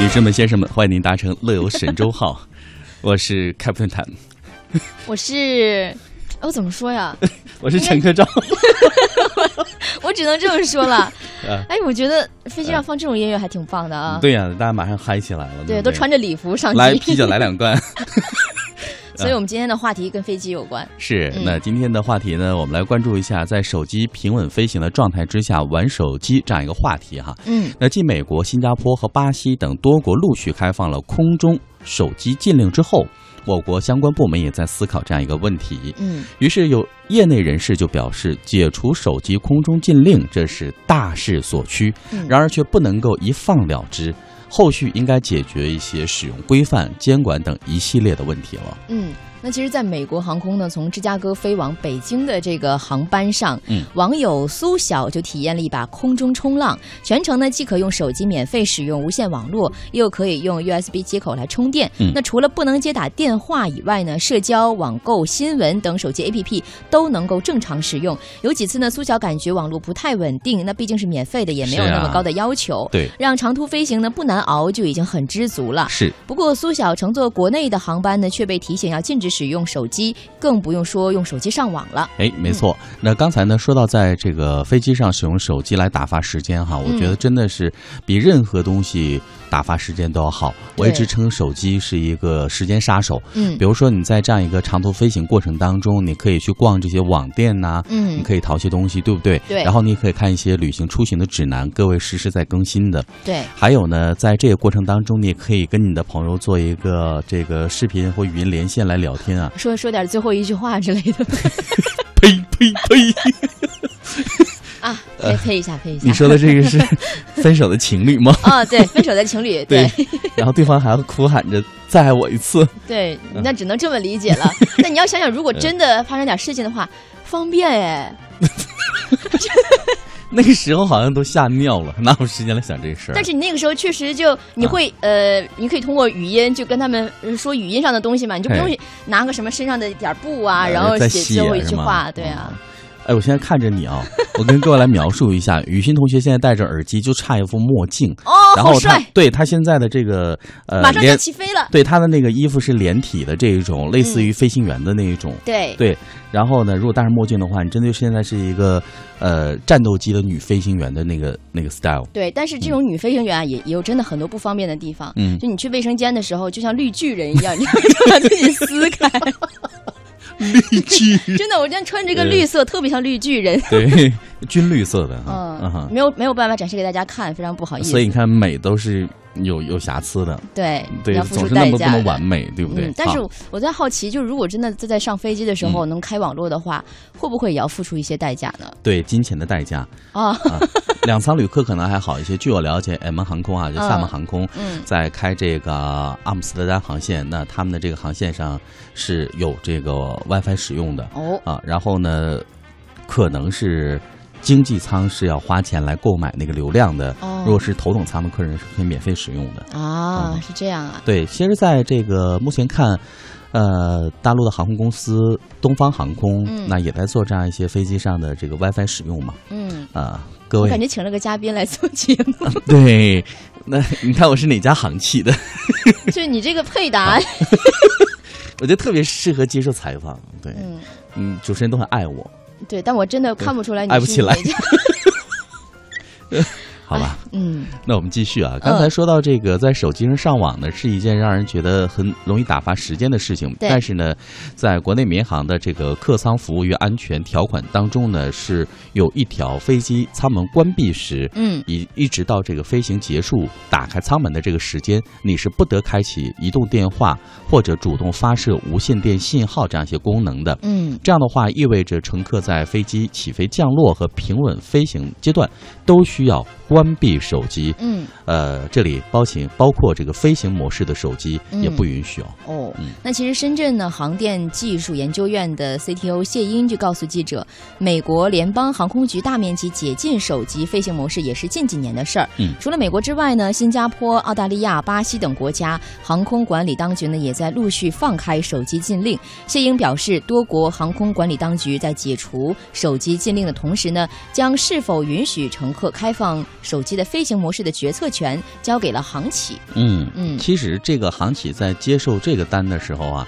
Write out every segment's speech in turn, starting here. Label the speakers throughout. Speaker 1: 女士们、先生们，欢迎您搭乘乐游神州 号，我是 Captain Tan，
Speaker 2: 我是，哎我怎么说 呀？
Speaker 1: 我是陈科照。
Speaker 2: 哎我只能这么说了。
Speaker 1: 呃
Speaker 2: 哎，我觉得飞机上放这种音乐还挺棒的啊。
Speaker 1: 对呀、大家马上嗨起来了，
Speaker 2: 对
Speaker 1: 嗯对不对，
Speaker 2: 都穿着礼服上
Speaker 1: 来
Speaker 2: 机。
Speaker 1: 啤酒啊来两 罐。
Speaker 2: 所以我们今天的话题跟飞机有关。
Speaker 1: 是，
Speaker 2: 嗯
Speaker 1: 那今天的话题呢，我们来关注一下，在手机平稳飞行的状态之下玩手机这样一个话题哈。
Speaker 2: 嗯，
Speaker 1: 那继美国、新加坡和巴西等多国陆续开放了空中手机禁令之后，我国相关部门也在思考这样一个问题。
Speaker 2: 嗯，
Speaker 1: 于是有业内人士就表示，解除手机空中禁令这是大势所趋
Speaker 2: 嗯，
Speaker 1: 然而却不能够一放了之，后续应该解决一些使用规范、监管等一系列的问题了。
Speaker 2: 嗯，那其实，在美国航空呢，从芝加哥飞往北京的这个航班上，
Speaker 1: 嗯
Speaker 2: 网友苏晓就体验了一把空中冲浪，全程呢既可用手机免费使用无线网络，又可以用 USB 接口来充电。
Speaker 1: 嗯
Speaker 2: 那除了不能接打电话以外呢，社交、网购、新闻等手机 APP 都能够正常使用。有几次呢，苏晓感觉网络不太稳定，那毕竟是免费的，也没有
Speaker 1: 是啊
Speaker 2: 那么高的要求，
Speaker 1: 对，
Speaker 2: 让长途飞行呢不难熬就已经很知足了。
Speaker 1: 是。
Speaker 2: 不过，苏晓乘坐国内的航班呢，却被提醒要禁止使用手机，更不用说用手机上网了。
Speaker 1: 哎，没错。
Speaker 2: 嗯
Speaker 1: 那刚才呢，说到在这个飞机上使用手机来打发时间哈，我
Speaker 2: 嗯
Speaker 1: 觉得真的是比任何东西打发时间都要好。我一
Speaker 2: 对
Speaker 1: 直称手机是一个时间杀手。
Speaker 2: 嗯
Speaker 1: 比如说你在这样一个长途飞行过程当中，你可以去逛这些网店呐、你
Speaker 2: 嗯，
Speaker 1: 可以淘些东西，对不对？
Speaker 2: 对
Speaker 1: 然后你也可以看一些旅行出行的指南，各位实时在更新的。
Speaker 2: 对，
Speaker 1: 还有呢，在这个过程当中，你也可以跟你的朋友做一个这个视频或语音连线来聊天啊。
Speaker 2: 说说点最后一句话之类的
Speaker 1: 呸呸呸！
Speaker 2: 啊，配配一下，配一 下。
Speaker 1: 你说的这个 是分手的情侣吗？
Speaker 2: 哦，对，分手的 情侣，对
Speaker 1: 然后对方还要哭喊着再爱我一次，
Speaker 2: 对，
Speaker 1: 嗯
Speaker 2: 那只能这么理解了。那你要想想，如果真的发生点事情的话，方便哎。
Speaker 1: 那个时候好像都吓尿了，哪有时间来想这事儿
Speaker 2: 但？是你那个时候确实就你会
Speaker 1: 嗯
Speaker 2: 呃，你可以通过语音就跟他们呃说语音上的东西嘛，你就不用拿个什么身上的点儿布啊，
Speaker 1: 嗯呃
Speaker 2: 然后
Speaker 1: 再
Speaker 2: 写
Speaker 1: 细
Speaker 2: 最后
Speaker 1: 啊
Speaker 2: 一
Speaker 1: 是
Speaker 2: 句
Speaker 1: 吗
Speaker 2: 话，对啊。
Speaker 1: 哎，我现在看着你啊，我跟各位来描述一下， 雨欣同学现在戴着耳机，就差一副墨镜，
Speaker 2: 哦，
Speaker 1: 然
Speaker 2: 好
Speaker 1: 后他
Speaker 2: 帅，
Speaker 1: 对他现在的这个呃
Speaker 2: 马上就
Speaker 1: 连
Speaker 2: 起飞了。
Speaker 1: 对他的那个衣服是连体的这一种，类
Speaker 2: 嗯
Speaker 1: 似于飞行员的那一种。
Speaker 2: 对，
Speaker 1: 对，然后呢，如果戴上墨镜的话，你真的现在是一个呃战斗机的女飞行员的那个那个 style。
Speaker 2: 对，但是这种女飞行员啊，也也有真的很多不方便的地方。
Speaker 1: 嗯，
Speaker 2: 就你去卫生间的时候，就像绿巨人一样，你就把自己撕开。
Speaker 1: 绿巨
Speaker 2: 真的，我今天穿这个绿色，特别像绿巨人。
Speaker 1: 对，军绿色的哈，嗯
Speaker 2: 嗯，
Speaker 1: 哼，
Speaker 2: 没有没有办法展示给大家看，非常不好意思。
Speaker 1: 所以你看美都是有有瑕疵的，
Speaker 2: 对，
Speaker 1: 对
Speaker 2: 要，付
Speaker 1: 总
Speaker 2: 出
Speaker 1: 是那
Speaker 2: 代
Speaker 1: 么
Speaker 2: 价
Speaker 1: 那么
Speaker 2: 的。
Speaker 1: 完美，对不对
Speaker 2: 嗯？，但是
Speaker 1: 啊
Speaker 2: 我在好奇，就如果真的在在上飞机的时候能开网络的话，会不会也要付出一些代价呢？
Speaker 1: 对金钱的代价，
Speaker 2: 啊，
Speaker 1: 啊，两舱旅客可能还好一些。据我了解，M 航空啊，就厦门航空
Speaker 2: 嗯
Speaker 1: 在开这个阿姆斯特丹航线，那他们的这个航线上是有这个 WiFi 使用的
Speaker 2: 哦，
Speaker 1: 啊。然后呢，可能是经济舱是要花钱来购买那个流量的，
Speaker 2: 哦
Speaker 1: 如果是头等舱的客人是可以免费使用的。
Speaker 2: 啊
Speaker 1: 嗯，
Speaker 2: 是这样啊，
Speaker 1: 对，其实在这个目前看，呃，大陆的航空公司东方航空、
Speaker 2: 嗯
Speaker 1: 那也在做这样一些飞机上的这个 WiFi 使用嘛，
Speaker 2: 嗯，
Speaker 1: 啊、各
Speaker 2: 我
Speaker 1: 位
Speaker 2: 感觉请了个嘉宾来做节目，
Speaker 1: 对，那你看我是哪家行企的，
Speaker 2: 就你这个配答，
Speaker 1: 我觉得特别适合接受采访。对，
Speaker 2: 嗯。
Speaker 1: 嗯，主持人都很爱我，
Speaker 2: 对，但我真的看不出来你
Speaker 1: 爱不
Speaker 2: 是
Speaker 1: 起来
Speaker 2: 哪家
Speaker 1: 好吧？
Speaker 2: 嗯，
Speaker 1: 那我们继续啊。刚才说到这个，在手机上上网呢，是一件让人觉得很容易打发时间的事情。
Speaker 2: 对
Speaker 1: 但是呢，在国内民航的这个客舱服务与安全条款当中呢，是有一条飞机舱门关闭时。
Speaker 2: 嗯，
Speaker 1: 一一直到这个飞行结束，打开舱门的这个时间，你是不得开启移动电话或者主动发射无线电信号这样一些功能的。
Speaker 2: 嗯，
Speaker 1: 这样的话，意味着乘客在飞机起飞、降落和平稳飞行阶段都需要关闭手机。
Speaker 2: 嗯，
Speaker 1: 呃，这里包括包括这个飞行模式的手机
Speaker 2: 嗯
Speaker 1: 也不允许哦。
Speaker 2: 哦
Speaker 1: 嗯，
Speaker 2: 那其实深圳呢航电技术研究院的 CTO 谢英就告诉记者，美国联邦航空局大面积解禁手机飞行模式也是近几年的事儿。
Speaker 1: 嗯
Speaker 2: 除了美国之外呢，新加坡、澳大利亚、巴西等国家航空管理当局呢也在陆续放开手机禁令。谢英表示，多国航空管理当局在解除手机禁令的同时呢，将是否允许乘客开放手机的飞行模式的决策权交给了航企。
Speaker 1: 嗯，
Speaker 2: 嗯
Speaker 1: 其实这个航企在接受这个单的时候啊，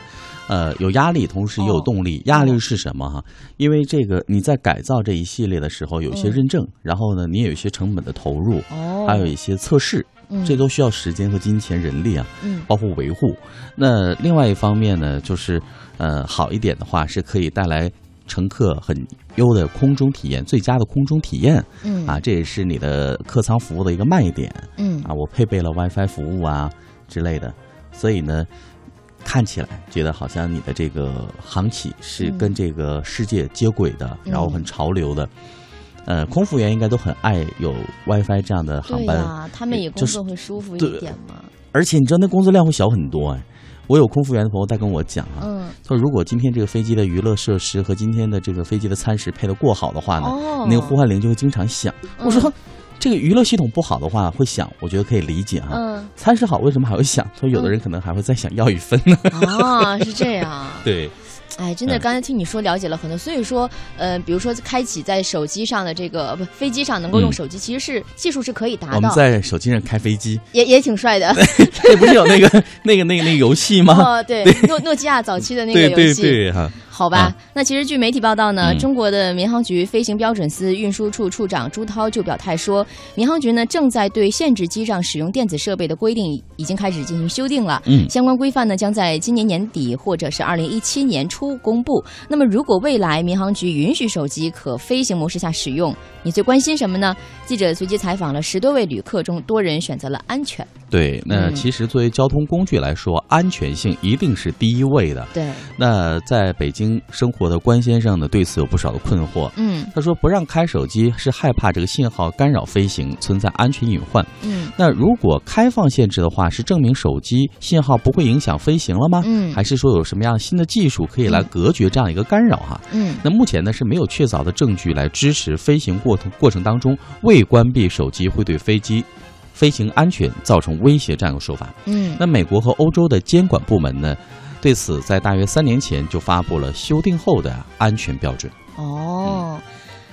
Speaker 1: 呃，有压力，同时也有
Speaker 2: 哦
Speaker 1: 动力。压力是什么哈、因为这个你在改造这一系列的时候，有一些
Speaker 2: 嗯
Speaker 1: 认证，然后呢，你也有一些成本的投入，
Speaker 2: 哦
Speaker 1: 还有一些测试，
Speaker 2: 嗯
Speaker 1: 这都需要时间和金钱、人力啊。
Speaker 2: 嗯
Speaker 1: 包括维护。那另外一方面呢，就是呃好一点的话，是可以带来乘客很优的空中体验，最佳的空中体验
Speaker 2: 嗯
Speaker 1: 啊，这也是你的客舱服务的一个卖点
Speaker 2: 嗯
Speaker 1: 啊。我配备了 WiFi 服务啊之类的，所以呢。看起来觉得好像你的这个航企是
Speaker 2: 嗯
Speaker 1: 跟这个世界接轨的，
Speaker 2: 嗯
Speaker 1: 然后很潮流的，呃，空服员应该都很爱有 WiFi 这样的航
Speaker 2: 对
Speaker 1: 班，
Speaker 2: 呀、他们也
Speaker 1: 就
Speaker 2: 工
Speaker 1: 是
Speaker 2: 作会舒服
Speaker 1: 对
Speaker 2: 一点嘛。
Speaker 1: 而且你知道那工作量会小很多哎。我有空服员的朋友在跟我讲啊，
Speaker 2: 嗯
Speaker 1: 他说如果今天这个飞机的娱乐设施和今天的这个飞机的餐食配得过好的话呢，
Speaker 2: 哦，嗯
Speaker 1: 那个呼唤铃就会经常响。我说这个娱乐系统不好的话会响，我觉得可以理解啊。
Speaker 2: 嗯
Speaker 1: 餐食好为什么还会响？他说有的人可能还会再想要一份呢。
Speaker 2: 啊，是这样。
Speaker 1: 对，
Speaker 2: 哎，真的，
Speaker 1: 嗯
Speaker 2: 刚才听你说了解了很多，所以说，呃，比如说开启在手机上的这个不飞机上能够用
Speaker 1: 嗯
Speaker 2: 手机，其实是技术是可以达
Speaker 1: 我们
Speaker 2: 到，
Speaker 1: 在手机上开飞机，
Speaker 2: 也也挺帅的。
Speaker 1: 这不是有那个 那个那个那个游戏吗？
Speaker 2: 哦，对，诺诺基亚早期的那个
Speaker 1: 对
Speaker 2: 游戏，
Speaker 1: 对对哈，
Speaker 2: 好吧，
Speaker 1: 啊
Speaker 2: 那其实据媒体报道呢，
Speaker 1: 嗯
Speaker 2: 中国的民航局飞行标准司运输处处长朱涛就表态说，民航局呢正在对限制机上使用电子设备的规定已经开始进行修订了。
Speaker 1: 嗯
Speaker 2: 相关规范呢将在今年年底或者是二零一七年初公布。那么，如果未来民航局允许手机可飞行模式下使用，你最关心什么呢？记者随机采访了十多位旅客中，多人选择了安全。
Speaker 1: 对。那
Speaker 2: 嗯
Speaker 1: 其实作为交通工具来说，安全性一定是第一位的。
Speaker 2: 对，
Speaker 1: 那在北京生活的关先生呢，对此有不少的困惑。
Speaker 2: 嗯
Speaker 1: 他说，不让开手机是害怕这个信号干扰飞行，存在安全隐患。
Speaker 2: 嗯
Speaker 1: 那如果开放限制的话，是证明手机信号不会影响飞行了吗？
Speaker 2: 嗯
Speaker 1: 还是说有什么样新的技术可以来隔绝这样一个干扰哈、
Speaker 2: 嗯
Speaker 1: 那目前呢是没有确凿的证据来支持飞行过程过程当中未关闭手机会对飞机飞行安全造成威胁这样一个说法。
Speaker 2: 嗯
Speaker 1: 那美国和欧洲的监管部门呢，对此在大约三年前就发布了修订后的安全标准。
Speaker 2: 哦。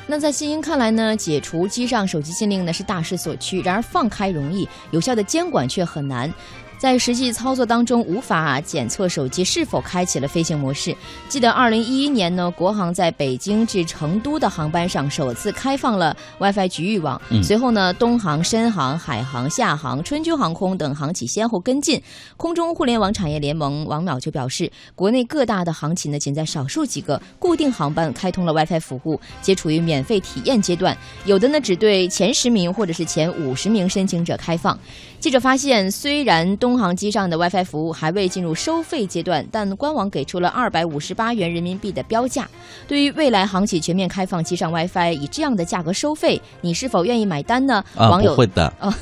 Speaker 2: 那在新英看来呢，解除机上手机禁令呢是大势所趋，然而放开容易，有效的监管却很难。在实际操作当中，无法检测手机是否开启了飞行模式。记得二零一一年呢，国航在北京至成都的航班上首次开放了 WiFi 局域网，
Speaker 1: 嗯
Speaker 2: 随后呢，东航、深航、海航、厦航、春秋航空等航企先后跟进。空中互联网产业联盟王淼就表示，国内各大的航企呢，仅在少数几个固定航班开通了 WiFi 服务，皆处于免费体验阶段，有的呢只对前十名或者是前五十名申请者开放。记者发现，虽然东航机上的 WiFi 服务还未进入收费阶段，但官网给出了二百五十八元人民币的标价。对于未来航企全面开放机上 WiFi 以这样的价格收费，你是否愿意买单呢？网友
Speaker 1: 啊不会的，
Speaker 2: 哦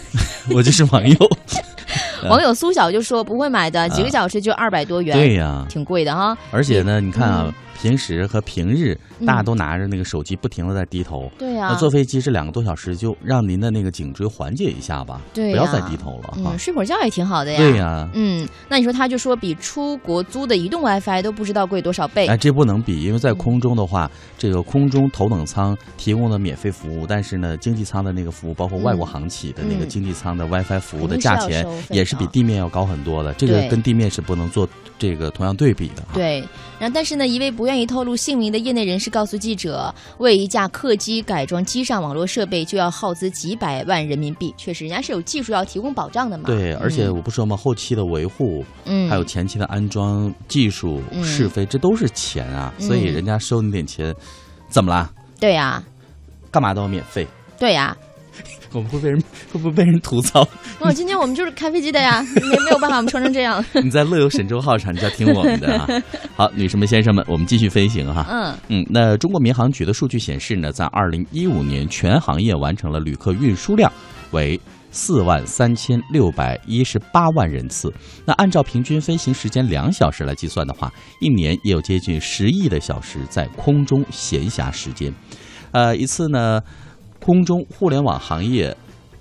Speaker 1: 我就是网 友。
Speaker 2: 网友苏小就说不会买
Speaker 1: 啊
Speaker 2: 的，几个小时就二百多元。
Speaker 1: 对呀、
Speaker 2: 挺贵的哈，
Speaker 1: 而且呢，你看啊，
Speaker 2: 嗯
Speaker 1: 平时和平日
Speaker 2: 嗯
Speaker 1: 大家都拿着那个手机不停的在低头。
Speaker 2: 对呀、
Speaker 1: 那坐飞机这两个多小时，就让您的那个颈椎缓解一下吧，
Speaker 2: 对
Speaker 1: 不要
Speaker 2: 呀
Speaker 1: 再低头了哈
Speaker 2: 嗯，。睡会儿觉也挺好的呀。
Speaker 1: 对呀、
Speaker 2: 嗯，那你说他就说比出国租的移动 WiFi 都不知道贵多少倍。
Speaker 1: 哎，这不能比，因为在空中的话，这个空中头等舱提供的免费服务，但是呢，经济舱的那个服务，包括外国
Speaker 2: 嗯
Speaker 1: 航企的那个
Speaker 2: 嗯
Speaker 1: 经济舱的 WiFi 服务
Speaker 2: 肯
Speaker 1: 的
Speaker 2: 定
Speaker 1: 价
Speaker 2: 是要
Speaker 1: 钱
Speaker 2: 收，费
Speaker 1: 也是比
Speaker 2: 的
Speaker 1: 地面要高很多的。这个
Speaker 2: 对
Speaker 1: 跟地面是不能做这个同样对比的哈。
Speaker 2: 对，然后但是呢，一位不愿意透露姓名的业内人士告诉记者，为一架客机改装机上网络设备就要耗资几百万人民币，确实，人家是有技术要提供保障的嘛。
Speaker 1: 对，而且
Speaker 2: 嗯
Speaker 1: 我不说嘛，后期的维护，
Speaker 2: 嗯，
Speaker 1: 还有前期的安装技术、
Speaker 2: 嗯
Speaker 1: 试飞，这都是钱啊。所以
Speaker 2: 嗯
Speaker 1: 人家收你点钱，怎么啦？
Speaker 2: 对呀、
Speaker 1: 干嘛都要免费？
Speaker 2: 对呀、
Speaker 1: 我们会被人会不会被人吐槽？
Speaker 2: 那我今天我们就是开飞机 的呀，没没有办法，我们穿成这样。
Speaker 1: 你在乐游神州号上，你就要听我们的啊。好，女士们、先生们，我们继续飞行哈、
Speaker 2: 嗯
Speaker 1: 嗯，那中国民航局的数据显示呢，在二零一五年全行业完成了旅客运输量为四万三千六百一十八万人次。那按照平均飞行时间两小时来计算的话，一年也有接近十亿的小时在空中闲暇时间。呃，一次呢，空中互联网行业，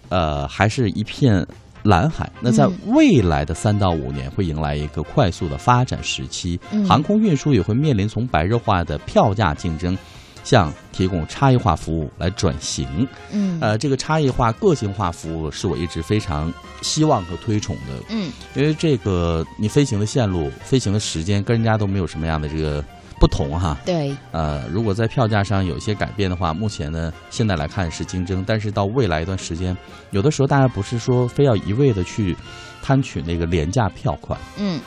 Speaker 1: 呃，还是一片。蓝海，那在
Speaker 2: 嗯
Speaker 1: 未来的三到五年会迎来一个快速的发展时期，
Speaker 2: 嗯
Speaker 1: 航空运输也会面临从白热化的票价竞争，向提供差异化服务来转型。
Speaker 2: 嗯
Speaker 1: 呃，这个差异化、个性化服务是我一直非常希望和推崇的，
Speaker 2: 嗯
Speaker 1: 因为这个你飞行的线路、飞行的时间跟人家都没有什么样的这个不同哈。
Speaker 2: 对，
Speaker 1: 呃，如果在票价上有一些改变的话，目前呢，现在来看是竞争，但是到未来一段时间，有的时候大家不是说非要一味的去贪取那个廉价票款，
Speaker 2: 嗯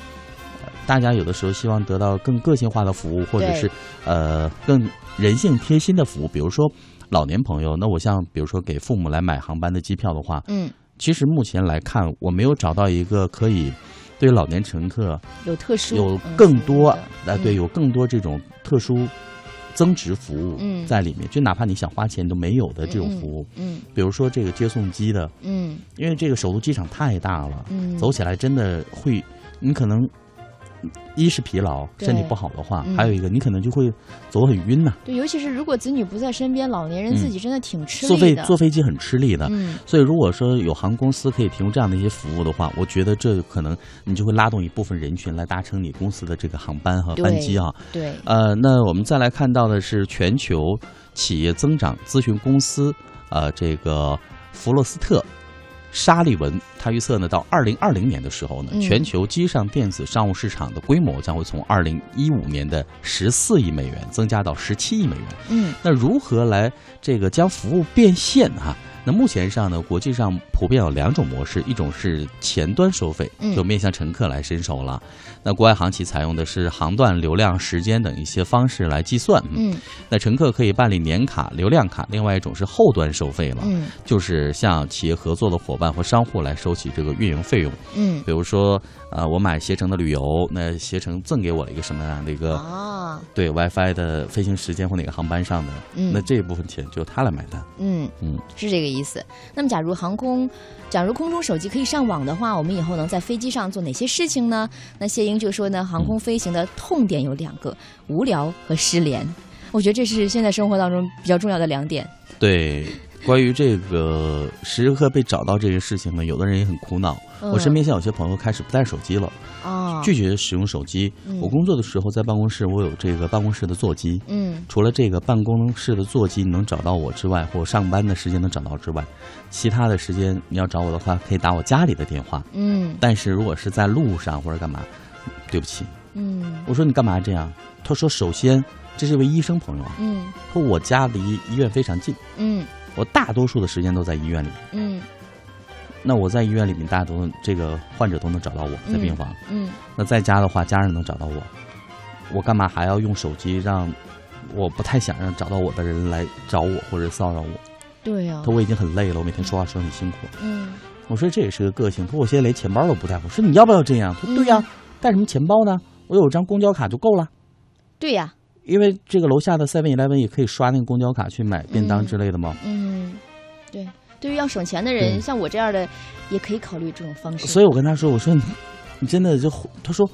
Speaker 1: 大家有的时候希望得到更个性化的服务，或者
Speaker 2: 对
Speaker 1: 是呃更人性贴心的服务，比如说。老年朋友，那我像比如说给父母来买航班的机票的话，
Speaker 2: 嗯，
Speaker 1: 其实目前来看，我没有找到一个可以对老年乘客
Speaker 2: 有特殊，
Speaker 1: 有
Speaker 2: 嗯
Speaker 1: 更多
Speaker 2: 嗯
Speaker 1: 啊，对，有更多这种特殊增值服务
Speaker 2: 嗯
Speaker 1: 在里面，就哪怕你想花钱都没有的这种服务，
Speaker 2: 嗯
Speaker 1: 比如说这个接送机的，
Speaker 2: 嗯
Speaker 1: 因为这个首都机场太大了，
Speaker 2: 嗯，
Speaker 1: 走起来真的会，你可能。一是疲劳，
Speaker 2: 对
Speaker 1: 身体不好的话，
Speaker 2: 嗯
Speaker 1: 还有一个你可能就会走很晕呐、
Speaker 2: 对，尤其是如果子女不在身边，老年
Speaker 1: 嗯
Speaker 2: 人自己真的挺吃
Speaker 1: 坐飞
Speaker 2: 力的。
Speaker 1: 坐飞机很吃力的。
Speaker 2: 嗯
Speaker 1: 所以如果说有航空公司可以提供这样的一些服务的话，我觉得这可能你就会拉动一部分人群来搭乘你公司的这个航班和班机啊。
Speaker 2: 对，
Speaker 1: 呃，那我们再来看到的是全球企业增长咨询公司，呃，这个弗洛斯特。沙利文他预测呢，到二零二零年的时候呢，
Speaker 2: 嗯
Speaker 1: 全球机上电子商务市场的规模将会从二零一五年的十四亿美元增加到十七亿美元。
Speaker 2: 嗯
Speaker 1: 那如何来这个将服务变现哈、那目前上呢，国际上普遍有两种模式，一种是前端收费
Speaker 2: 嗯，
Speaker 1: 就面向乘客来伸手了。那国外航企采用的是航段、流量、时间等一些方式来计算。嗯，
Speaker 2: 嗯
Speaker 1: 那乘客可以办理年卡、流量卡。另外一种是后端收费了，
Speaker 2: 嗯
Speaker 1: 就是向企业合作的伙伴和商户来收取这个运营费用。
Speaker 2: 嗯
Speaker 1: 比如说，呃，我买携程的旅游，那携程赠给我了一个什么样的一个
Speaker 2: 啊
Speaker 1: 对 WiFi 的飞行时间或哪个航班上的，
Speaker 2: 嗯
Speaker 1: 那这一部分钱就他来买单。
Speaker 2: 嗯
Speaker 1: 嗯
Speaker 2: 是这个意思。那么，假如航空，假如空中手机可以上网的话，我们以后能在飞机上做哪些事情呢？那谢英就说呢，航
Speaker 1: 嗯
Speaker 2: 空飞行的痛点有两个：无聊和失联。我觉得这是现在生活当中比较重要的两点。
Speaker 1: 对，关于这个时时刻被找到这个事情呢，有的人也很苦恼。我身边现在有些朋友开始不带手机了，
Speaker 2: 嗯啊，
Speaker 1: 拒绝使用手机。
Speaker 2: 嗯
Speaker 1: 我工作的时候在办公室，我有这个办公室的座机。
Speaker 2: 嗯
Speaker 1: 除了这个办公室的座机能找到我之外，或上班的时间能找到之外，其他的时间你要找我的话，可以打我家里的电话。
Speaker 2: 嗯
Speaker 1: 但是如果是在路上或者干嘛，对不起，
Speaker 2: 嗯
Speaker 1: 我说你干嘛这样？他说首先这是一位医生朋友啊，
Speaker 2: 嗯
Speaker 1: 他说我家离医院非常近，
Speaker 2: 嗯
Speaker 1: 我大多数的时间都在医院里。
Speaker 2: 嗯
Speaker 1: 那我在医院里面，大家都能这个患者都能找到我在病房。
Speaker 2: 嗯
Speaker 1: 那在家的话，家人能找到我，我干嘛还要用手机让？我不太想让找到我的人来找我或者骚扰我。
Speaker 2: 对呀、
Speaker 1: 他说我已经很累了，我每天说话说很辛苦。
Speaker 2: 嗯
Speaker 1: 我说这也是个个性。他说我现在连钱包都不带。我说你要不要这样？他说对呀、
Speaker 2: 嗯
Speaker 1: 带什么钱包呢？我有张公交卡就够了。
Speaker 2: 对呀、
Speaker 1: 因为这个楼下的 Seven Eleven 也可以刷那个公交卡去买便当之类的嘛，
Speaker 2: 嗯，对，对于要省钱的人，
Speaker 1: 嗯
Speaker 2: 像我这样的，也可以考虑这种方式。
Speaker 1: 所以我跟他说，我说你你真的就活，他说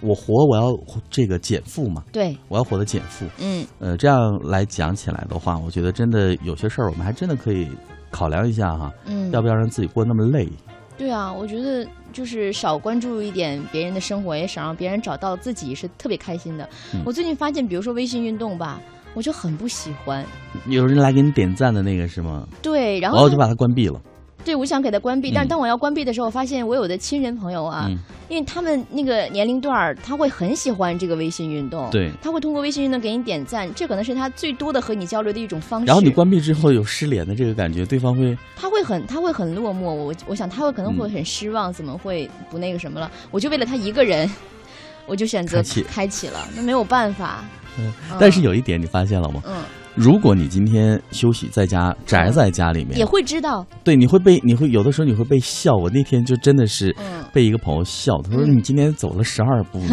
Speaker 1: 我活我要活这个减负嘛，
Speaker 2: 对，
Speaker 1: 我要活得减负。
Speaker 2: 嗯
Speaker 1: 呃，这样来讲起来的话，我觉得真的有些事儿我们还真的可以考量一下哈，
Speaker 2: 嗯，
Speaker 1: 要不要让自己过那么累？
Speaker 2: 对啊，我觉得就是少关注一点别人的生活，也少让别人找到自己是特别开心的。
Speaker 1: 嗯
Speaker 2: 我最近发现，比如说微信运动吧，我就很不喜欢。
Speaker 1: 有人来给你点赞的那个是吗？
Speaker 2: 对，
Speaker 1: 嗯然
Speaker 2: 然后
Speaker 1: 后就把它关闭了。
Speaker 2: 对我想给它关闭，
Speaker 1: 嗯
Speaker 2: 但是当我要关闭的时候，我发现我有的亲人朋友啊，
Speaker 1: 嗯，
Speaker 2: 因为他们那个年龄段儿，他会很喜欢这个微信运动，，
Speaker 1: 对。
Speaker 2: 他会通过微信运动给你点赞，这可能是他最多的和你交流的一种方式。
Speaker 1: 然后你关闭之后有失联的这个感觉，对方会
Speaker 2: 他会很他会很落寞，我我想他会可能会
Speaker 1: 嗯
Speaker 2: 很失望，怎么会不那个什么了？我就为了他一个人， 我就选择
Speaker 1: 开启
Speaker 2: 开启了，那没有办法。
Speaker 1: 嗯
Speaker 2: 嗯
Speaker 1: 但是有一点你发现了吗？
Speaker 2: 嗯
Speaker 1: 如果你今天休息在家宅在家里面
Speaker 2: 也，会知道，
Speaker 1: 对，你会被你会有的时候你会被笑。我那天就真的是
Speaker 2: 嗯
Speaker 1: 被一个朋友笑，他说
Speaker 2: 嗯
Speaker 1: 你今天走了十二步，你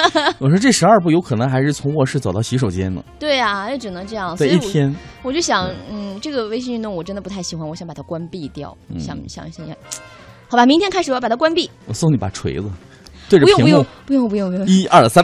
Speaker 1: 我说这十二步有可能还是从卧室走到洗手间呢，
Speaker 2: 对啊，也只能这样。所
Speaker 1: 对，一
Speaker 2: 以我
Speaker 1: 天。
Speaker 2: 我就想，嗯，这个微信运动我真的不太喜欢，我想把它关闭掉。
Speaker 1: 嗯
Speaker 2: 想想想想，好吧，明天开始我要把它关闭。
Speaker 1: 我送你把锤子，对着
Speaker 2: 不用
Speaker 1: 屏
Speaker 2: 不用
Speaker 1: 幕
Speaker 2: 不用不用不用，
Speaker 1: 一二三，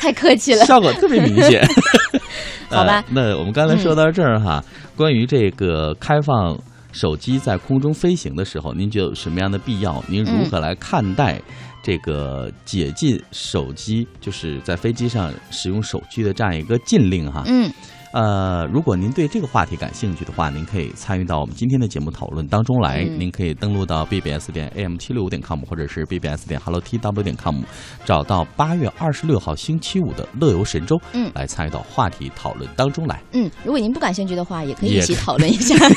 Speaker 2: 太客气了。
Speaker 1: 效果特别明显。
Speaker 2: 好
Speaker 1: 呃
Speaker 2: 吧嗯
Speaker 1: 那我们刚才说到这儿哈，关于这个开放手机在空中飞行的时候，您觉得有什么样的必要？您如
Speaker 2: 嗯
Speaker 1: 何来看待这个解禁手机，就是在飞机上使用手机的这样一个禁令哈？
Speaker 2: 嗯，
Speaker 1: 呃，如果您对这个话题感兴趣的话，您可以参与到我们今天的节目讨论当中来。
Speaker 2: 嗯
Speaker 1: 您可以登录到 bbs 点 am 七六五点 com 或者是 bbs 点 hello tw 点 com，找到八月二十六号星期五的乐游神州，
Speaker 2: 嗯
Speaker 1: 来参与到话题讨论当中来。
Speaker 2: 嗯，如果您不感兴趣的话，也可以一
Speaker 1: 也
Speaker 2: 起
Speaker 1: 可
Speaker 2: 讨论一下，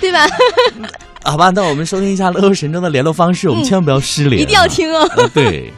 Speaker 2: 对吧？
Speaker 1: 好吧，那我们收听一下乐游神州的联络方式，我们
Speaker 2: 嗯
Speaker 1: 千万不要失联、啊
Speaker 2: 一定要。听哦。
Speaker 1: 呃、对。